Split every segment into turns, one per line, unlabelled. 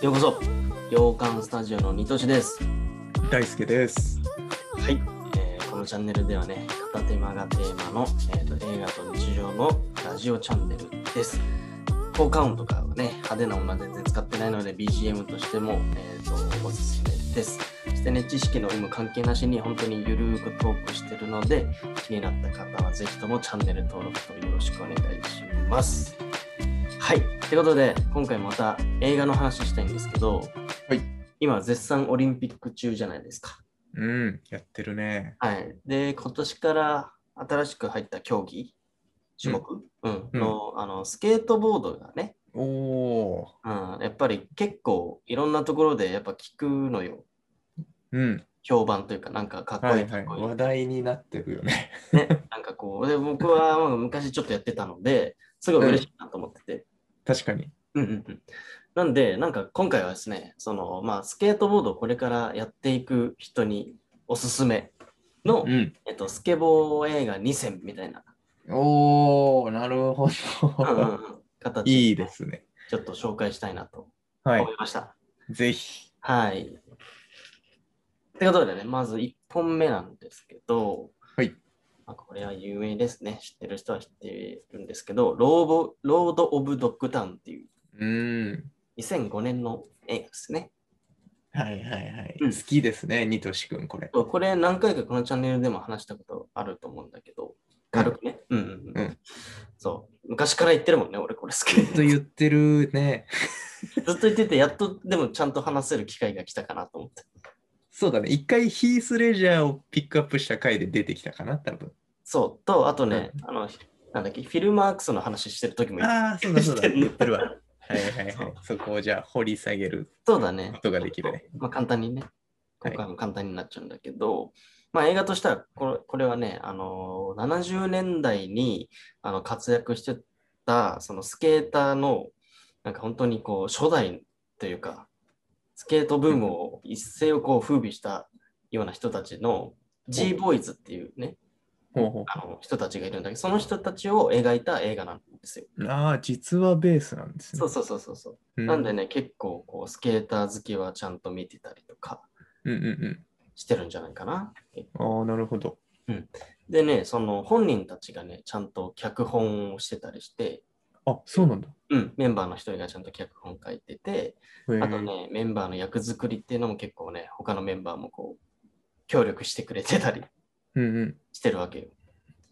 ようこそ洋館スタジオのニトシです
大輔です。
はい、えーこのチャンネルではね片手間がテーマの、えーと映画と日常のラジオチャンネルです効果音とかはね派手なものは全然使ってないので BGM としても、えー、とおすすめですそしてね知識の有無関係なしに本当にゆるーくトークしてるので気になった方はぜひともチャンネル登録とよろしくお願いしますはいということで今回また映画の話したいんですけど、
はい
今絶賛オリンピック中じゃないですか
うん、やってるね。
はい。で、今年から新しく入った競技、種目、うん
うん
のあのスケートボードがね、
おお。
うん、やっぱり結構いろんなところでやっぱ聞くのよ。
うん。
評判というか、なんかかっこ
はい
い
い
い、か
は
っ
い。
こいい。
話題になってるよね。
ね、なんかこう、で僕はまあ昔ちょっとやってたので、すごい嬉しいなと思ってて。
確かに。
うんうんうん、なんで、なんか今回はですね、そのまあ、スケートボードをこれからやっていく人におすすめの、
ん。
えっと、スケボー映画2選みたいな、
おお、なる
う
ほ
んうんう
ど。
ん形で
いいですね。
ちょっと紹介したいなと
はい
思。いました。
ぜひ。
はい。ってことでね、まず1本目なんですけど、
はい
まあ、これは有名ですね。知ってる人は知ってるんですけど、ローボロード・オブ・ドッグタウンっていう
うん。
2005年の映画ですね。
はいはいはい。
うん
好きですね、ニトシ君、これ。
これ何回かこのチャンネルでも話したことあると思うんだけど、軽くね。うんうんうん。
うん
そう。昔から言ってるもんね、俺これ好 き。
ずっと言ってるね。
ずっと言ってて、やっとでもちゃんと話せる機会が来たかなと思って。
そうだね。一回ヒースレジャーをピックアップした回で出てきたかな、多分。
そう、と、あとね、あの、なんだっけ、フィルマークスの話してる時も言っ
ああ、そうだそうだ。
知ってる
言ってるわ。はいはい
そ
は
う
い。そこをじゃあ掘り下げる
そうだね
こ。とができるね。
まあ、簡単にね、
はい
今回も簡単になっちゃうんだけど、まあ、映画としてはこれ、これはね、あのー、70年代にあの活躍してた、そのスケーターの、なんか本当にこう、初代というか、スケートブームを一世をこう風靡したような人たちの G ボーイズっていうね、
ほうほ
あの人たちがいるんだけど、その人たちを描いた映画なんですよ。
う。ああ、実はベースなんですね。
そうそうそうそうそう。
う
なんでね、結構こうスケーター好きはちゃんと見てたりとか
うんうん
してるんじゃないかな。
うん。ああ、なるほど。
でね、その本人たちがね、ちゃんと脚本をしてたりして、
あ、そうなんだ。
うん、メンバーの一人がちゃんと脚本書いてて、
へえ
あとね、メンバーの役作りっていうのも結構ね、他のメンバーもこう、協力してくれてたり
うんうん。
してるわけよ。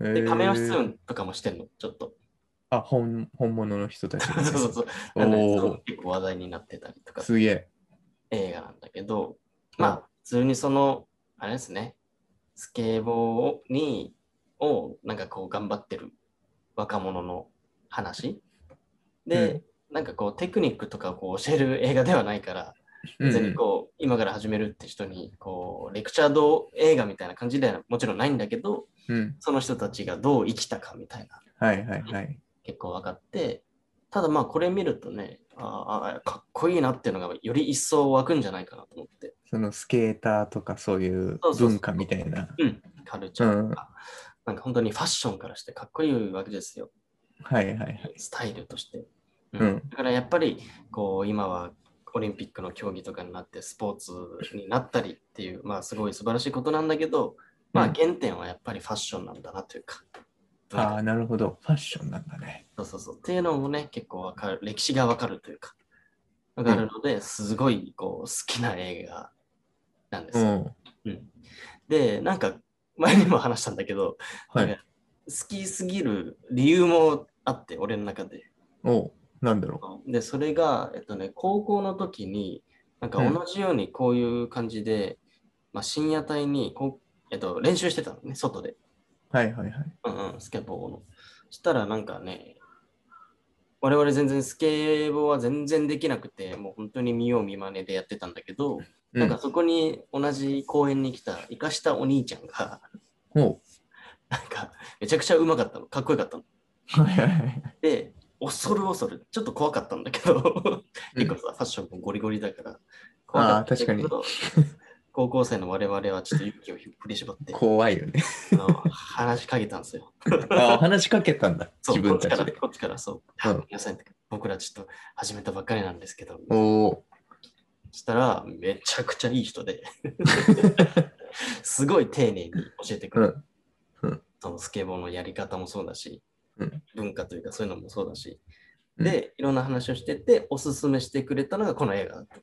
え
で、仮面を出
ー、
演とかもしてんの、ちょっと。
あ、本本物の人たち。
そうそうそう。
お
なんでそ
お
の、結構話題になってたりとか
すげえ。
映画なんだけど、
うん
まあ、普通にその、あれですね、スケボーに、を、なんかこう、頑張ってる若者の話。で、なんかこう、テクニックとかをこう教える映画ではないから、
うん
別
う
に
ん
こう、今から始めるって人に、こう、レクチャード映画みたいな感じではもちろんないんだけど、
うん。
その人たちがどう生きたかみたいな、
はいはいはい。
結構分かって、ただまあ、これ見るとね、ああ、かっこいいなっていうのが、より一層湧くんじゃないかなと思って。
そのスケーターとかそういう
そうそうそう
文化みたいな。
カルチャーとか、なんか本当にファッションからしてかっこいいわけですよ、
はいはいはい。
スタイルとして。
うん
だからやっぱりこう今はオリンピックの競技とかになってスポーツになったりっていう、まあすごい素晴らしいことなんだけど、まあ
うん
原点はやっぱりファッションなんだなというか。
ああ、なるほど。ファッションなんだね。
そうそうそう。っていうのもね、結構わかる、歴史がわかるというか、わかるので、すごいこう好きな映画なんです
う
よ。
ん。
で、なんか前にも話したんだけど、
は
なん
い
か。好きすぎる理由もあって、俺の中で。
おうなんだろ
で、それが、えっとね、高校の時に、なんか同じようにこういう感じで、まあ、深夜帯にこう、えっと、練習してたのね、外で。
う。はいはいはい。
うんうん、スケボーの。したらなんかね、我々全然スケボーは全然できなくて、もう本当に見よう見まねでやってたんだけど、
う
なん
ん
かそこに同じ公園に来た、生かしたお兄ちゃんが、
おう
なんかめちゃくちゃうまかったの、かっこよかったの。
はいはいはい。
で、恐る恐る、ちょっと怖かったんだけど、
うん
結構さ、ファッションもゴリゴリだから、怖かったんだけど高校生の我々はちょっと勇気を振り絞 って、
怖いよね。
あの話しかけたんですよ。
あ、お話しかけたんだ。
そ
自
う、こっ
分
ち
た
か
ち
ら、
で。
こっちから、そう。
う
あ
ん
皆さん、僕らちょっと始めたばっかりなんですけど、
おお。
したら、めちゃくちゃいい人で、すごい丁寧に教えてく
う
れる。
ん。
そのスケボーのやり方もそうだし、
うん
文化というかそういうのもそうだし、
うん
で、いろんな話をしてて、おすすめしてくれたのがこの映画だった。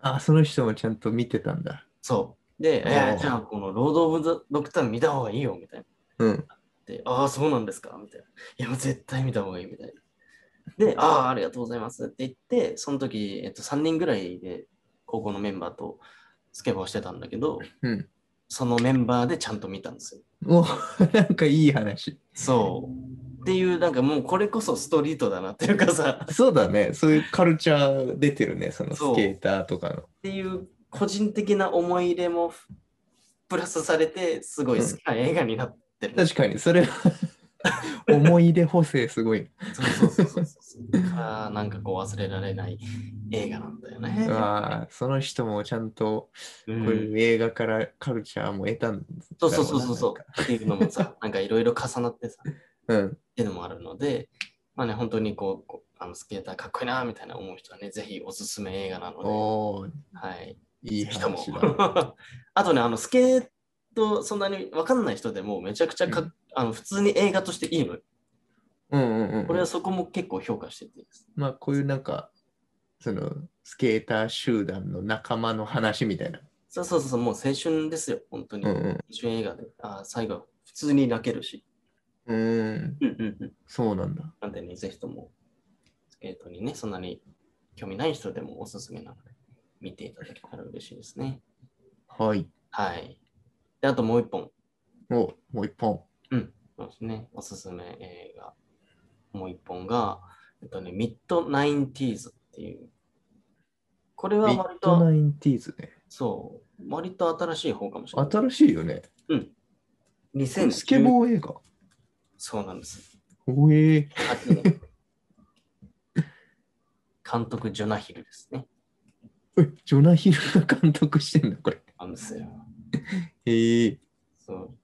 あ、その人もちゃんと見てたんだ。
そう。で、
おー
えーじゃあこのロード・オブ・ザ・ドクター見た方がいいよみたいな。
うん。
で、ああ、そうなんですかみたいな。いや、もう絶対見た方がいいみたいな。で、ああ、ありがとうございますって言って、その時、えっと、3人ぐらいで高校のメンバーとスケボーしてたんだけど、
うん。
そのメンバーでちゃんと見たんですよ。
お なんかいい話。
そう。っていう、なんかもうこれこそストリートだなっていうかさ、っ
そうだね。そういうカルチャー出てるね。その
そう
スケーターとかの。
ていう個人的な思い入れもプラスされて、すごい好きな映画になってる。
確かに、それは 思い出補正すごい。
そうそうそうそうそう。からなんかこう忘れられない映画なんだよね。
ああ、その人もちゃんと
う
こうんいう映画からカルチャーも得たんだ
そ
ろ
うそうそう
な
そうそ
なんか
う。っていうのもさ、 なんかいろいろ重なってさ、っ
うん。
ていうのもあるので、まあね、本当にこう、こうあのスケーターかっこいいなみたいな思う人はね、ぜひおすすめ映画なので、
おお、
はい。
いい
ぜひとも
話だ。
あとね、あのスケート、そんなに分かんない人でも、めちゃくちゃか、
うん
あの普通に映画としていいのよ。
うんうんうん。
俺はそこも結構評価してていいです。
まあこういうなんか、そのスケーター集団の仲間の話みたいな。
そうそうそう、もう青春ですよ、本当に。
うんうん
青春映画で、あー最後、普通に泣けるし。。
うーん、
うんうんうん。
そうなんだ。
なんでね、ぜひとも、スケートにね、そんなに興味ない人でもおすすめなので、見ていただけたら嬉しいですね。
はい。
はい。で、あともう一本、
おもう一本。
そうですね、おすすめ映画、もう一本が、えっとね、ミッドナインティーズっていう。これは
ミッ
割
ド
と、
ナインティーズね。
そう、割と新しい方かもしれない。
新しいよね。
2009
スケボー映画。
そうなんです。
おえー、
8年監督、ジョナヒルですね。
えジョナヒルが監督してんだ、これ。
なんですよ。
へえ。
そう。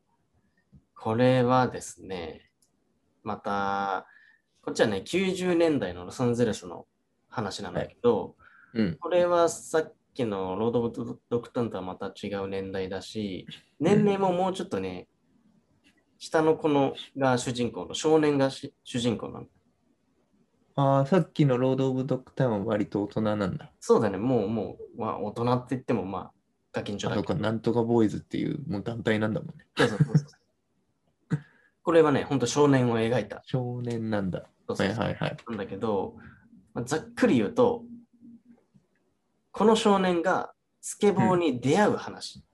これはですね、また、こっちはね、90年代のロサンゼルスの話なんだけど、
うん。
これはさっきのロード・オブ・ドクターとはまた違う年代だし、年齢ももうちょっとね、下の子のが主人公の少年がし主人公なの。
ああ、さっきのロード・オブ・ドクターは割と大人なんだ。
そうだね、もう、もう、まあ、大人って言っても、まあ、ガキンチョだ
あと
け
か、
ど。
なんとかボーイズっていうもう団体なんだもんね。
そうそうそうそうこれはね、ほんと少年を描いた。
少年なんだ。
そう
は
そう
い
そう
はいはい。
なんだけど、まあざっくり言うと、この少年がスケボーに出会う話、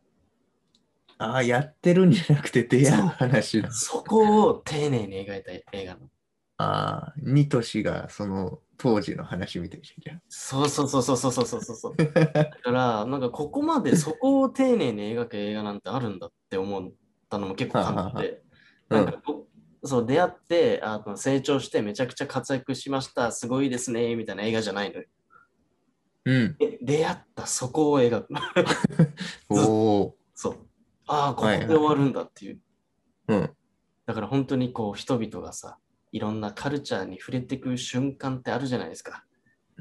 ああ、やってるんじゃなくて出会う話だ。
そこを丁寧に描いた映画なの。
ああ、ニトシがその当時の話みたいじゃん。
そうそうそうそうそうそうそうそう だから、なんかここまでそこを丁寧に描く映画なんてあるんだって思ったのも結構感じて、な
はあはあ
んかこそう出会ってあの成長してめちゃくちゃ活躍しました、すごいですね、みたいな映画じゃないのよ。
うん。
で出会ったそこを描く。
おお。
そう。ああ、ここで終わるんだっていう。
うん。
だから本当にこう人々がさ、いろんなカルチャーに触れてく瞬間ってあるじゃないですか。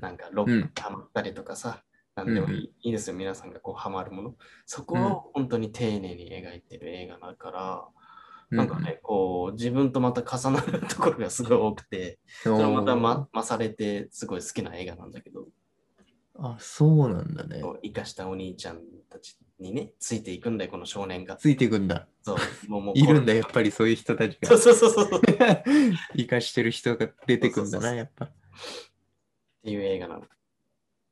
なんかロックにハマったりとかさ、なんでもいい,、いいですよ、皆さんがこうハマるもの。そこ
うん
を本当に丁寧に描いてる映画だから、
う
なんかね、こう自分とまた重なるところがすごい多くて、それもまたままされてすごい好きな映画なんだけど、
あ、そうなんだね。
こう生かしたお兄ちゃんたちにね、ついていくんだよ、この少年が。
ついていくんだ。
そう、もうもう
いるんだ、やっぱりそういう人たち
そ
が
う。そうそうそうそう。
生かしてる人が出てく
そ
んだ
うそうそうそ
な、
う
やっぱ。
っていう映画なの。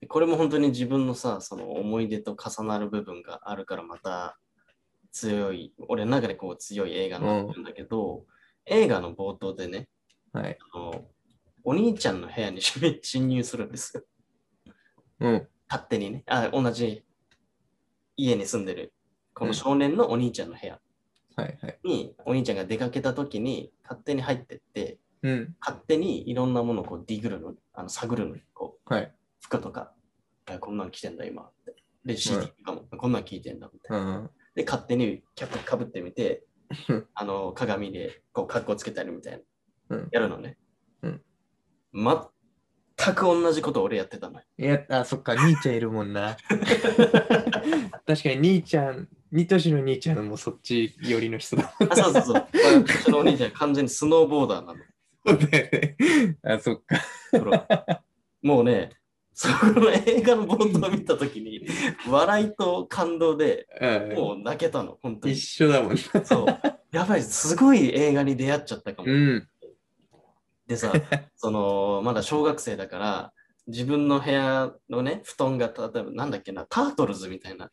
でこれも本当に自分のさ、その思い出と重なる部分があるからまた強い、俺の中でこう強い映画になってるんだけど、映画の冒頭でね、
はい。
あのお兄ちゃんの部屋に 侵入するんですよ。
うん。
勝手にね、あ同じ家に住んでる、この少年のお兄ちゃんの部屋
はいはい。
に、お兄ちゃんが出かけた時に勝手に入ってって、
うん。
勝手にいろんなものをこうディグるの、あの探るの、こう
はい。
服とか、あこんなの着てんだ今って。で、CD とかも、こんなん聞いてんだみたいな。
うん。
で、勝手にキャップかぶってみて
うん、
あの、鏡で、こう、格好つけたりみたいな。
うん
やるのね。
うん
全く同じことを俺やってたの よ。
いや、あ、そっか、兄ちゃんいるも んな。確かに兄ちゃん、二年の兄ちゃんもそっち寄りの人だ
あ、そうそうそう。私のお兄ちゃん完全にスノーボーダーなの。
もんね。あ、そっか。
ほらもうね、その映画の冒頭を見たときに、笑いと感動で、
う
もう泣けたの、本当
ん、
に
一。緒だもんな。
そう。やばい、すごい映画に出会っちゃったかも。
うん。
で さ、その、まだ小学生だから、自分の部屋のね、布団が、例えば、なんだっけな、タートルズみたいな。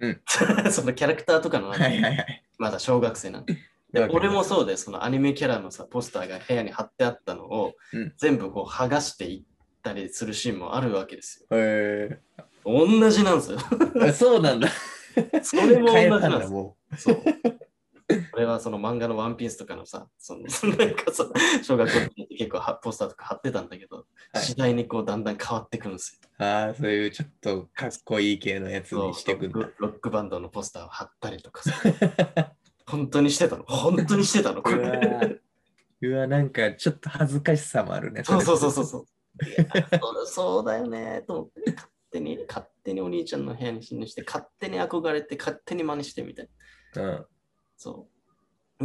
うん
そのキャラクターとかの、
はいはいはい。
まだ小学生なんで。で俺もそうで、そのアニメキャラのさ、ポスターが部屋に貼ってあったのを、
うん
全部こう剥がしていったりするシーンもあるわけですよ。
へ
同じなんです よ。
ーあそうなんだ。
それも同
変
じ
え
な
た
ん
ん
で
だ
す。
も
そう。俺はその漫画のワンピースとかのさ、そのなんかさ、小学校の時結構はポスターとか貼ってたんだけど、
はい
次第にこうだんだん変わってくるんですよ。
う。ああ、そういうちょっとかっこいい系のやつ
そう
にしてくん
ロ
だ
ッ。クロックバンドのポスターを貼ったりと かさ。本当にしてたの本当にしてたのこ
う
れ。
わー うわ、なんかちょっと恥ずかしさもあるね。
そうそうそう
う。
そうそう。いやそうそうだよねと思って、勝手に、勝手にお兄ちゃんの部屋に侵入して、勝手に憧れて、勝手に真似してみたいな。
うん、
そう。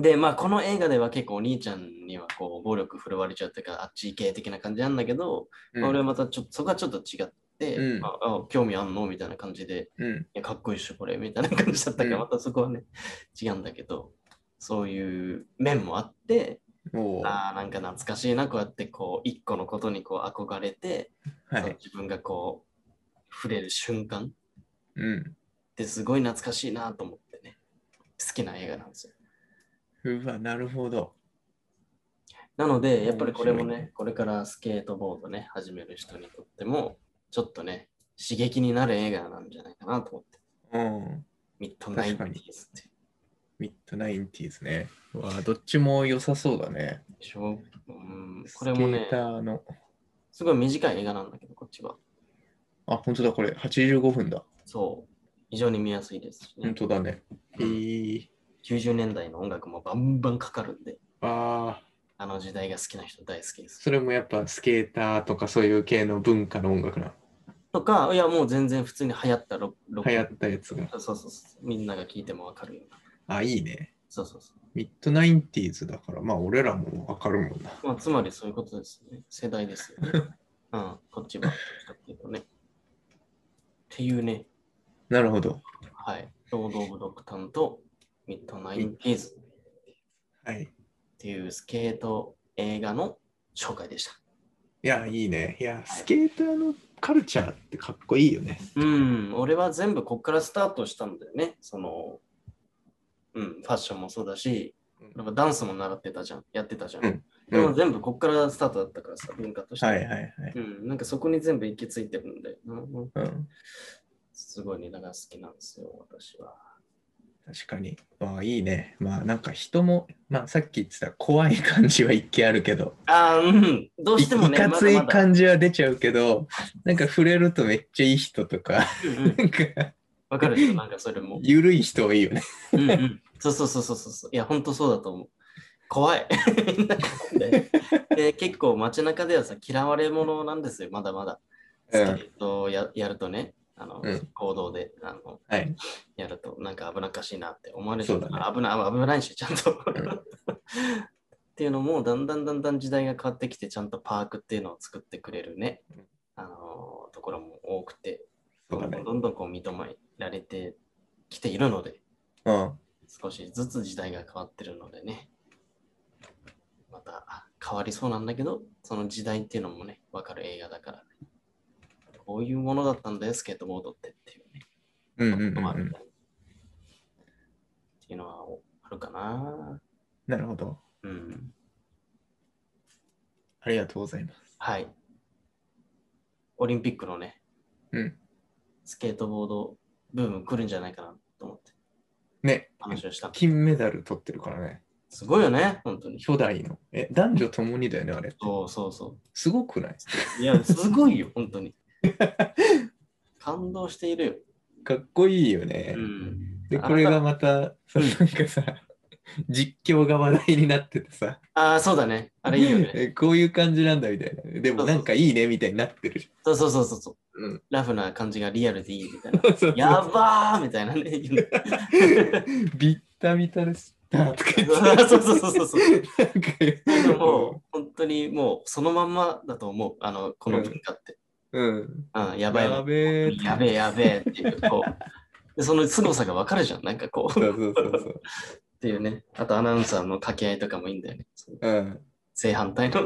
で、まあ、この映画では結構お兄ちゃんにはこう暴力振るわれちゃうっていうか、あっち行け的な感じなんだけど、
うん
まあ俺はまたちょっとそこはちょっと違って、
うん
まあ、あ興味あんのみたいな感じで、
うん。
いやかっこいいっしょ、これ、みたいな感じだったから、
うん
またそこはね、違うんだけど、そういう面もあって、
おー
あーなんか懐かしいな、こうやってこう、一個のことにこう憧れて、
は
その
い。
自分がこう、触れる瞬間っ
うん。
てすごい懐かしいなと思ってね、好きな映画なんですよ。
うわ、なるほど。
なので、やっぱりこれも
面白い
ね、これからスケートボードね、始める人にとっても、ちょっとね、刺激になる映画なんじゃないかなと思って、
うん。
ミッドナインティーズって。
ミッドナインティーズね。うわ、どっちも良さそうだね。
でしょうん、これも
スケ
ね
ー、ターの。
すごい短い映画なんだけど、こっちは。
あ、本当だ、これ。85分だ。
そう、非常に見やすいですしね、
本当だね。えー、
90年代の音楽もバンバンかかるんで、
ああ、
あの時代が好きな人大好きです。
それもやっぱスケーターとかそういう系の文化の音楽な。
とか、いや、もう全然普通に流行ったロロック。
流行ったやつが。
そうそうそう。みんなが聞いてもわかるような。
あ、いいね。
そうそうそう。
ミッドナインティーズだから、まあ俺らもわかるもんな。
まあ、つまりそういうことですね。世代ですよね。 うん、こっちは。っていうとね。っていうね、
なるほど。
はい。ロード・オブ・ドクタンとミッドナインティーズっ
はい。
ていうスケート映画の紹介でした。
いや、いいね。いや、スケーターのカルチャーってかっこいいよね。
うん、俺は全部こっからスタートしたんだよね。その、うん、ファッションもそうだし、やっぱダンスも習ってたじゃん、やってたじゃん。
うん
で
う
も
ん
全部こっからスタートだったからさ、文化として。
はいはいはい。
うん、なんかそこに全部行き着いてるんで、うんうん
うん。
すごいね、だから好きなんですよ、私は。
確かに。ああ、いいね。まあなんか人も、まあさっき言ってた怖い感じは一見あるけど、
ああ、うん、どう
い
してもね、
かつい
まだまだ
感じは出ちゃうけど、なんか触れるとめっちゃいい人とか、
うんうん
なんか。
わかるでしょ、なんかそれも。
ゆるい人はいいよね。
うんうん、そうそうそうそうそう。いや、ほんとそうだと思う。怖い。 みんな怖いんだよで結構街中ではさ、嫌われ者なんですよ、まだまだ。スケートをややるとね、あの
うん
行動であの
はい。
やるとなんか危なっかしいなって思われて
そ
る
うだね
危ない危ないし、ちゃんと。
ん
っていうのも、だんだんだんだん時代が変わってきて、ちゃんとパークっていうのを作ってくれるね
うん、
あのところも多くて、
そうだ
ど
ね
ん。どんどんこう認められてきているので、
うん。
少しずつ時代が変わってるのでね、また変わりそうなんだけど、その時代っていうのもね、わかる映画だから、こういうものだったんだよ、スケートボードってっていうね。
うん
ちょっ
うんう
と
ん
まあ
うん。
っていうのはあるかな。
なるほど。
うん。
ありがとうございます。
はい。オリンピックのね、
うん。
スケートボードブーム来るんじゃないかなと思って
ね、
話をした。
金メダル取ってるからね。
すごいよね、本当に。
初代の。え、男女ともにだよね、あれ。
そうそうそ。
すごくないう
いや、すごいよ、本当に。感動しているよ。
かっこいいよね。
うん、
で、
あ
これがまた、その
うん
なんかさ、実況が話題になっててさ、
ああ、そうだね。あれいいよ ね。
えこういう感じなんだみたいな。でもなんかいいねみたいになってるじ
そうそうそうそうそう。
ゃん。うん
ラフな感じがリアルでいいみたいな。
そうそう
やばーみたいなね。
ビッタビタでしたとか言って
そうそうそうそうそう。
なんか
もう本当にもうそのまんまだと思う。あの、この文化って。
うん。
うん、やばいな。
やべえ。
やべえやべえっていう、こう。でその凄さがわかるじゃん。なんかこう。
そうそうそうそう。
っていうね。あとアナウンサーの掛け合いとかもいいんだよね。その
うん。
正反 対の。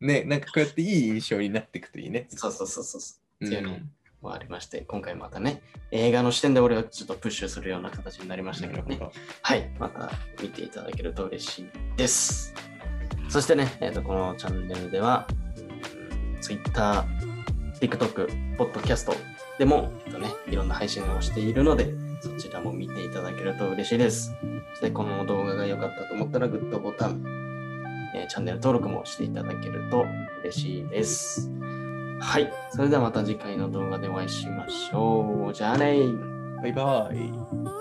ね、なんかこうやっていい印象になっていくといいね。
そうそうそうそうそうう。っていうの
ん
もありまして、今回またね、映画の視点で俺はちょっとプッシュするような形になりました
な
けど
るほ
ね。
ど。
はい、また見ていただけると嬉しいです。そしてね、えー、とこのチャンネルでは、うん Twitter、TikTok、Podcast でも、えーとね、いろんな配信をしているので、そちらも見ていただけると嬉しいです。そしてこの動画が良かったと思ったらグッドボタン、えーチャンネル登録もしていただけると嬉しいです。はい、それではまた次回の動画でお会いしましょう。じゃあねー。
バイバイ。